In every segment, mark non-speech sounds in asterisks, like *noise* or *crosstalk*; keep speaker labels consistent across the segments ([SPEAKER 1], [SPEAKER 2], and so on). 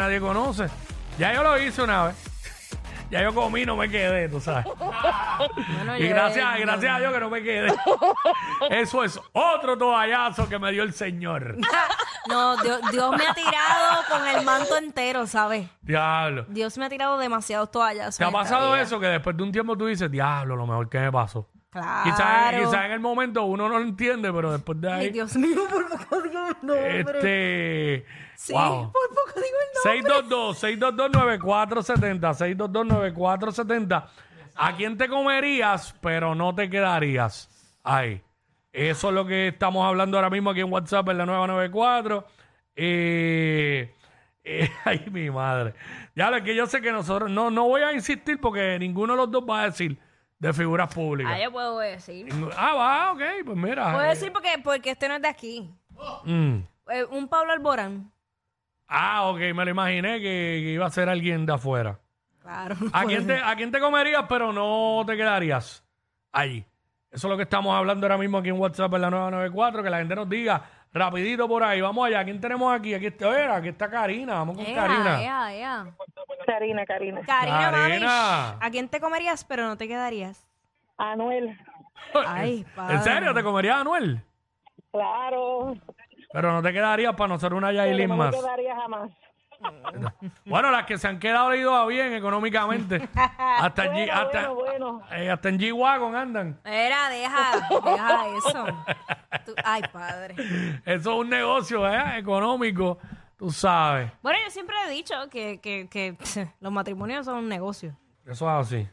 [SPEAKER 1] nadie conoce. Ya yo lo hice una vez. *laughs* Ya yo comí, no me quedé, tú sabes.
[SPEAKER 2] Bueno,
[SPEAKER 1] Y
[SPEAKER 2] yo-
[SPEAKER 1] gracias, gracias a Dios que no me
[SPEAKER 2] *laughs*
[SPEAKER 1] quedé. Eso es otro toallazo que me dio el Señor.
[SPEAKER 2] *laughs* No, Dios, Dios me ha tirado con el manto entero, ¿sabes?
[SPEAKER 1] Diablo.
[SPEAKER 2] Dios me ha tirado demasiados toallas.
[SPEAKER 1] ¿Te ha
[SPEAKER 2] en esta
[SPEAKER 1] pasado
[SPEAKER 2] vida.
[SPEAKER 1] eso que después de un tiempo tú dices, diablo, lo mejor que me pasó?
[SPEAKER 2] Claro.
[SPEAKER 1] Quizás en el momento uno no lo entiende, pero después de
[SPEAKER 2] Ay,
[SPEAKER 1] ahí.
[SPEAKER 2] Dios mío, por poco digo el nombre.
[SPEAKER 1] Este.
[SPEAKER 2] sí,
[SPEAKER 1] Wow.
[SPEAKER 2] por poco digo el nombre.
[SPEAKER 1] 622-622-9470. 622-9470. ¿A quién te comerías, pero no te quedarías? Ahí. Eso es lo que estamos hablando ahora mismo aquí en WhatsApp, en la 994. Eh, eh, *laughs* ay, mi madre. Ya lo que yo sé que nosotros. No, no voy a insistir porque ninguno de los dos va a decir de figuras públicas.
[SPEAKER 2] Ah, yo puedo decir.
[SPEAKER 1] Ningú- Ah, va, ok, pues mira.
[SPEAKER 2] Puedo
[SPEAKER 1] eh,
[SPEAKER 2] decir porque, porque este no es de aquí.
[SPEAKER 1] mm.
[SPEAKER 2] Eh, un Pablo Alborán.
[SPEAKER 1] Ah, ok, me lo imaginé que, que iba a ser alguien de afuera.
[SPEAKER 2] Claro.
[SPEAKER 1] ¿A quién, te, ¿A quién te comerías, pero no te quedarías allí? Eso es lo que estamos hablando ahora mismo aquí en WhatsApp en la 994, que la gente nos diga rapidito por ahí. Vamos allá, ¿a quién tenemos aquí? Aquí está, mira, aquí está Karina, vamos con Karina.
[SPEAKER 2] Ea, ea.
[SPEAKER 3] Karina, Karina.
[SPEAKER 2] Karina, mami.
[SPEAKER 1] Karina.
[SPEAKER 2] shh, ¿A quién te comerías, pero no te quedarías?
[SPEAKER 3] Anuel,
[SPEAKER 2] Ay,
[SPEAKER 1] ¿En
[SPEAKER 2] padre.
[SPEAKER 1] serio? ¿Te comerías a Anuel?
[SPEAKER 3] claro.
[SPEAKER 1] Pero no te quedarías para no ser una Yailin
[SPEAKER 3] no
[SPEAKER 1] más.
[SPEAKER 3] me quedaría jamás.
[SPEAKER 1] *laughs* Bueno, las que se han quedado le ha ido bien
[SPEAKER 3] *laughs*
[SPEAKER 1] económicamente. Hasta en G-
[SPEAKER 3] Bueno,
[SPEAKER 1] hasta-
[SPEAKER 3] bueno, bueno.
[SPEAKER 1] eh, hasta en G-Wagon andan.
[SPEAKER 2] Era, deja, deja eso. Tú- ay, padre.
[SPEAKER 1] Eso es un negocio ¿eh? económico, tú sabes.
[SPEAKER 2] Bueno, yo siempre he dicho que, que, que *laughs* los matrimonios son un negocio.
[SPEAKER 1] Eso es así.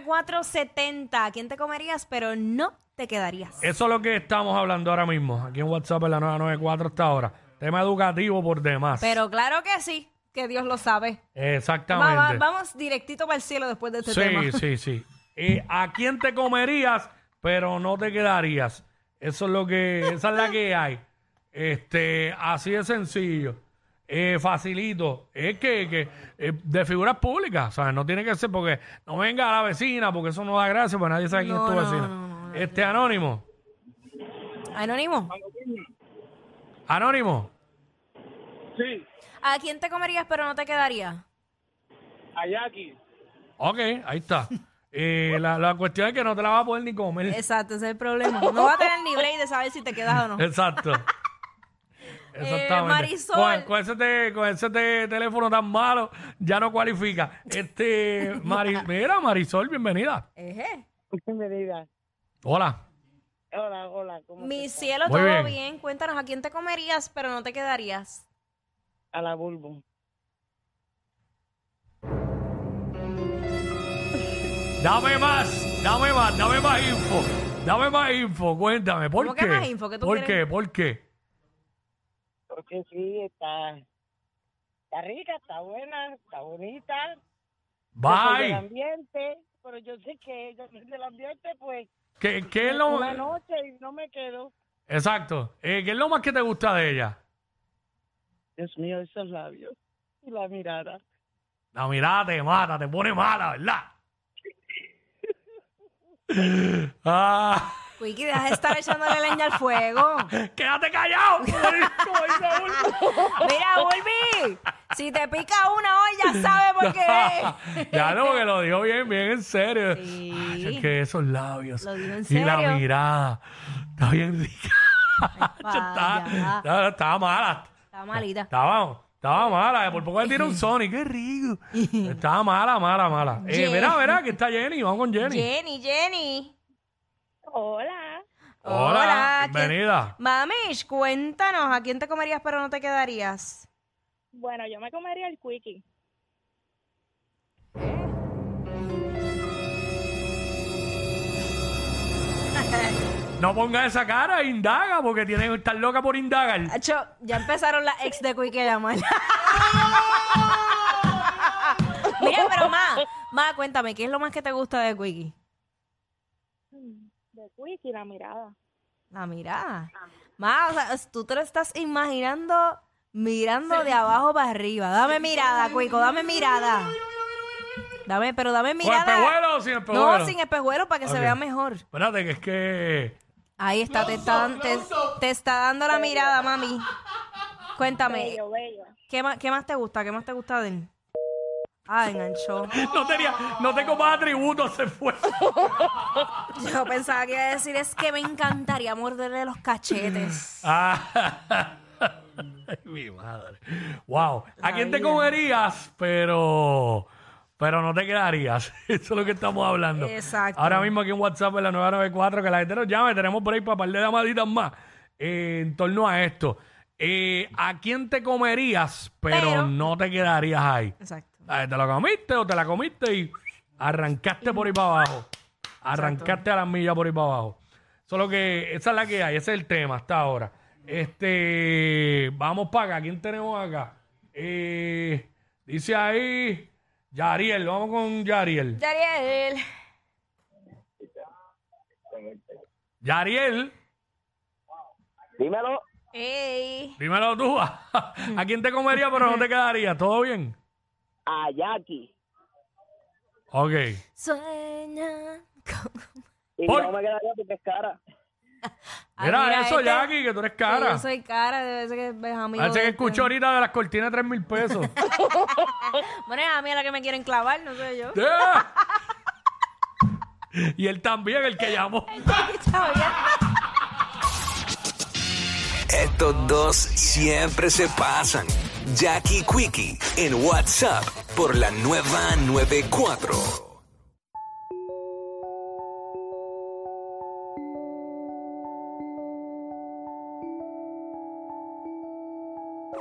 [SPEAKER 2] 6229470. ¿A quién te comerías, pero no te quedarías?
[SPEAKER 1] Eso es lo que estamos hablando ahora mismo. Aquí en WhatsApp en la 994 hasta ahora. Tema educativo por demás.
[SPEAKER 2] Pero claro que sí, que Dios lo sabe. Va-
[SPEAKER 1] Exactamente.
[SPEAKER 2] va- vamos directito para el cielo después de este
[SPEAKER 1] sí,
[SPEAKER 2] tema.
[SPEAKER 1] sí, sí. Eh, ¿A quién te comerías, pero no te quedarías? Eso es lo que, esa es la que hay. Este, así de sencillo. Eh, facilito. Es que, que, eh, de figuras públicas, ¿sabes? No tiene que ser porque no venga la vecina, porque eso no da gracia, porque nadie sabe quién
[SPEAKER 2] No,
[SPEAKER 1] es tu
[SPEAKER 2] no,
[SPEAKER 1] vecina.
[SPEAKER 2] no, no,
[SPEAKER 1] este anónimo.
[SPEAKER 2] Anónimo,
[SPEAKER 1] Anónimo.
[SPEAKER 4] Sí,
[SPEAKER 2] ¿a quién te comerías, pero no te quedarías?
[SPEAKER 4] Ayaki.
[SPEAKER 1] Ok, ahí está. Eh, la, la cuestión es que no te la vas a poder ni comer.
[SPEAKER 2] Exacto, ese es el problema. No va a tener ni break de saber si te quedas o no. *laughs* Eh,
[SPEAKER 1] Exacto. *laughs* Exactamente.
[SPEAKER 2] Marisol.
[SPEAKER 1] Con, con ese, te- con ese te- teléfono tan malo, ya no cualifica.
[SPEAKER 2] *laughs*
[SPEAKER 1] Este, Mari- mira, Marisol, bienvenida.
[SPEAKER 2] Ejé.
[SPEAKER 3] Bienvenida.
[SPEAKER 1] Hola.
[SPEAKER 3] Hola, hola. ¿cómo
[SPEAKER 2] Mi
[SPEAKER 3] estás?
[SPEAKER 2] cielo,
[SPEAKER 1] Muy
[SPEAKER 2] todo
[SPEAKER 1] bien.
[SPEAKER 2] bien. Cuéntanos, ¿a quién te comerías, pero no te quedarías?
[SPEAKER 3] A la Bulbo.
[SPEAKER 1] Dame más, dame más, dame más info. Dame más info, cuéntame. ¿Por
[SPEAKER 2] ¿Cómo
[SPEAKER 1] qué?
[SPEAKER 2] que más info? ¿Qué tú
[SPEAKER 1] ¿Por
[SPEAKER 2] quieres?
[SPEAKER 1] qué? ¿Por qué?
[SPEAKER 3] Porque sí, está, está rica, está buena, está bonita. Yo soy del
[SPEAKER 1] Bye.
[SPEAKER 3] ambiente, pero yo sé que ella no es del ambiente, pues
[SPEAKER 1] ¿Qué, qué es lo,
[SPEAKER 3] una noche y no me quedo.
[SPEAKER 1] exacto. Eh, ¿Qué es lo más que te gusta de ella?
[SPEAKER 3] Dios mío, esos labios y la mirada.
[SPEAKER 1] La mirada te mata, te pone mala,
[SPEAKER 2] *laughs*
[SPEAKER 1] ¿verdad? *laughs* ah,
[SPEAKER 2] Wiki, deja de estar echándole leña al fuego.
[SPEAKER 1] *laughs* ¡Quédate
[SPEAKER 2] *laughs*
[SPEAKER 1] callado! Como dice Bulbo.
[SPEAKER 2] Mira, Bulbi, si te pica una hoy ya sabes por
[SPEAKER 1] *laughs*
[SPEAKER 2] qué. es.
[SPEAKER 1] ya no, que lo dijo bien, bien en serio.
[SPEAKER 2] Sí.
[SPEAKER 1] Ay, es que esos labios.
[SPEAKER 2] Lo dijo en
[SPEAKER 1] Y la
[SPEAKER 2] serio.
[SPEAKER 1] mirada. Está bien rica.
[SPEAKER 2] Vaya,
[SPEAKER 1] Está- está- estaba mala.
[SPEAKER 2] está malita.
[SPEAKER 1] Estaba, estaba mala. Por poco le tira un Sony. ¡Qué
[SPEAKER 2] *laughs*
[SPEAKER 1] rico! Estaba mala, mala, mala. Eh,
[SPEAKER 2] Jenny.
[SPEAKER 1] verá, verá, que está Jenny. Vamos con Jenny.
[SPEAKER 2] Jenny, Jenny.
[SPEAKER 3] Hola.
[SPEAKER 1] Hola,
[SPEAKER 2] ¿quién-
[SPEAKER 1] bienvenida.
[SPEAKER 2] Mamish, cuéntanos, ¿a quién te comerías pero no te quedarías?
[SPEAKER 3] Bueno, yo me comería el quickie.
[SPEAKER 1] No ponga esa cara, indaga, porque tiene que estar loca por indagar.
[SPEAKER 2] Acho, ya empezaron las ex de Quique llamar. Mira, pero ma, ma, cuéntame, ¿qué es lo más que te gusta de Quique?
[SPEAKER 3] De quickie, la mirada.
[SPEAKER 2] La mirada. Ma, o sea, tú te lo estás imaginando mirando de abajo para arriba. Dame mirada, Cuico, dame mirada. Dame, pero dame
[SPEAKER 1] ¿Con
[SPEAKER 2] mirada.
[SPEAKER 1] espejuelo o sin espejuelo?
[SPEAKER 2] No, sin espejuelo para que
[SPEAKER 1] Ok.
[SPEAKER 2] se vea mejor.
[SPEAKER 1] Espérate, que es que...
[SPEAKER 2] Ahí está, te, está te, te está dando la mirada, mami. Cuéntame,
[SPEAKER 3] Bello, bello.
[SPEAKER 2] ¿Qué más, ¿Qué más te gusta? ¿Qué más te gusta de él? Ah, enganchó.
[SPEAKER 1] No tenía, no tengo más atributos, se fue.
[SPEAKER 2] *laughs* Yo pensaba que iba a decir es que me encantaría morderle los cachetes.
[SPEAKER 1] Ah, ay, mi madre. Wow. ¿A quién te comerías? Pero, pero no te quedarías. *laughs* Eso es lo que estamos hablando.
[SPEAKER 2] Exacto.
[SPEAKER 1] Ahora mismo aquí en WhatsApp en la 994, que la gente nos llame, tenemos por ahí para par de llamaditas más eh, en torno a esto. Eh, ¿A quién te comerías? pero
[SPEAKER 2] Pero-
[SPEAKER 1] no te quedarías ahí.
[SPEAKER 2] *clears throat* Exacto.
[SPEAKER 1] Ah, Te la comiste o te la comiste y arrancaste por ahí para abajo. Arrancaste a las millas por ahí para abajo. Solo que esa es la que hay, ese es el tema hasta ahora. Este, vamos para acá. ¿Quién tenemos acá? Eh, dice ahí Yariel, vamos con Yariel.
[SPEAKER 2] Yariel.
[SPEAKER 1] Yariel,
[SPEAKER 3] Dímelo.
[SPEAKER 2] Ey.
[SPEAKER 1] dímelo tú. *laughs* ¿A quién te comería pero no te quedaría? ¿Todo bien?
[SPEAKER 3] A Jackie.
[SPEAKER 1] Ok.
[SPEAKER 2] Sueña. con-
[SPEAKER 3] Y
[SPEAKER 1] Por-
[SPEAKER 3] no me quedaría porque es cara.
[SPEAKER 2] Ah,
[SPEAKER 1] Era
[SPEAKER 2] mira,
[SPEAKER 1] eso,
[SPEAKER 2] este-
[SPEAKER 1] Jackie, que tú eres
[SPEAKER 2] Sí,
[SPEAKER 1] cara.
[SPEAKER 2] yo soy cara, debe ser que es amigo.
[SPEAKER 1] Parece
[SPEAKER 2] de
[SPEAKER 1] que
[SPEAKER 2] este.
[SPEAKER 1] escuchó ahorita de las cortinas de 3 mil pesos.
[SPEAKER 2] Bueno, es a mí a la que me quieren clavar, no sé yo. *laughs*
[SPEAKER 1] ¡Ah! *laughs* y él también, el que llamó.
[SPEAKER 2] Chao, ya.
[SPEAKER 5] Estos dos siempre se pasan. Jackie Quickie en WhatsApp por la nueva 94.